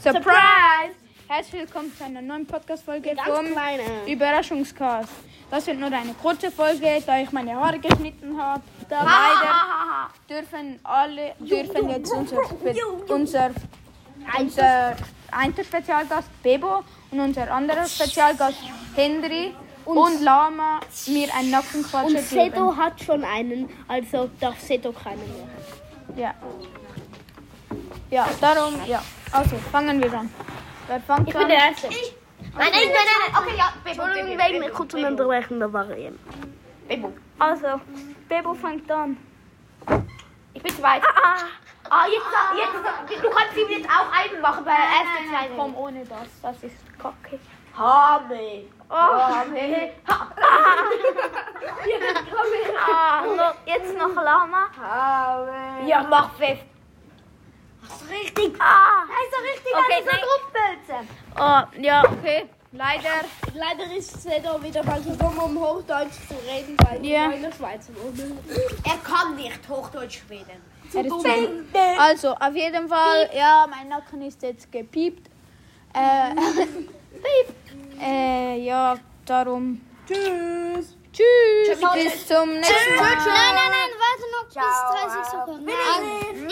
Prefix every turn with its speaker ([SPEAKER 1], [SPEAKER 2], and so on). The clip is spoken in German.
[SPEAKER 1] Surprise! Herzlich willkommen zu einer neuen Podcast-Folge vom
[SPEAKER 2] kleine.
[SPEAKER 1] Überraschungscast. Das wird nur eine kurze Folge, da ich meine Haare geschnitten habe. Leider
[SPEAKER 2] Leider.
[SPEAKER 1] dürfen alle, dürfen jetzt unser,
[SPEAKER 2] Ju,
[SPEAKER 1] unser, unser einter Spezialgast Bebo und unser anderer Spezialgast Henry und, Lama mir einen
[SPEAKER 2] Und
[SPEAKER 1] Nackenquatscher geben.
[SPEAKER 2] Seto hat schon einen, also darf Seto keinen mehr.
[SPEAKER 1] Ja. Ja, darum, ja. Also, fangen wir an. Wer fängt an?
[SPEAKER 2] Erste.
[SPEAKER 3] Nein, nein, nein, nein. Okay, ja, Bebo.
[SPEAKER 2] Entschuldigung,
[SPEAKER 3] Bebo,
[SPEAKER 2] wegen der kurzen Unterbrechung, da war er eben.
[SPEAKER 3] Bebo.
[SPEAKER 1] Also, Bebo fängt an.
[SPEAKER 3] Ich bin zweit. Ah, jetzt, jetzt. Du kannst ihm jetzt auch einen machen, weil er ist der Kleine.
[SPEAKER 1] Komm, ohne das. Das ist kacke.
[SPEAKER 3] Hame.
[SPEAKER 1] Oh.
[SPEAKER 3] Hame.
[SPEAKER 1] Ah, no, jetzt noch Lama.
[SPEAKER 3] Hame. Ja, mach fest.
[SPEAKER 1] Ah.
[SPEAKER 3] Nein, so richtig.
[SPEAKER 1] Okay,
[SPEAKER 3] Okay,
[SPEAKER 1] nein.
[SPEAKER 3] so Rumpelze.
[SPEAKER 1] Oh, ja, okay. Leider.
[SPEAKER 2] Leider ist Seto wieder mal gekommen, um Hochdeutsch zu reden, weil
[SPEAKER 1] Ja.
[SPEAKER 2] er in der Schweiz wohnt.
[SPEAKER 3] Er kann nicht Hochdeutsch reden.
[SPEAKER 1] Er ist dumm. Also, auf jeden Fall, ja, mein Nacken ist jetzt gepiept. Äh, piep. Äh, ja, darum. Tschüss. Tschüss. Bis zum nächsten Mal.
[SPEAKER 3] Ciao. Bis 30 Sekunden.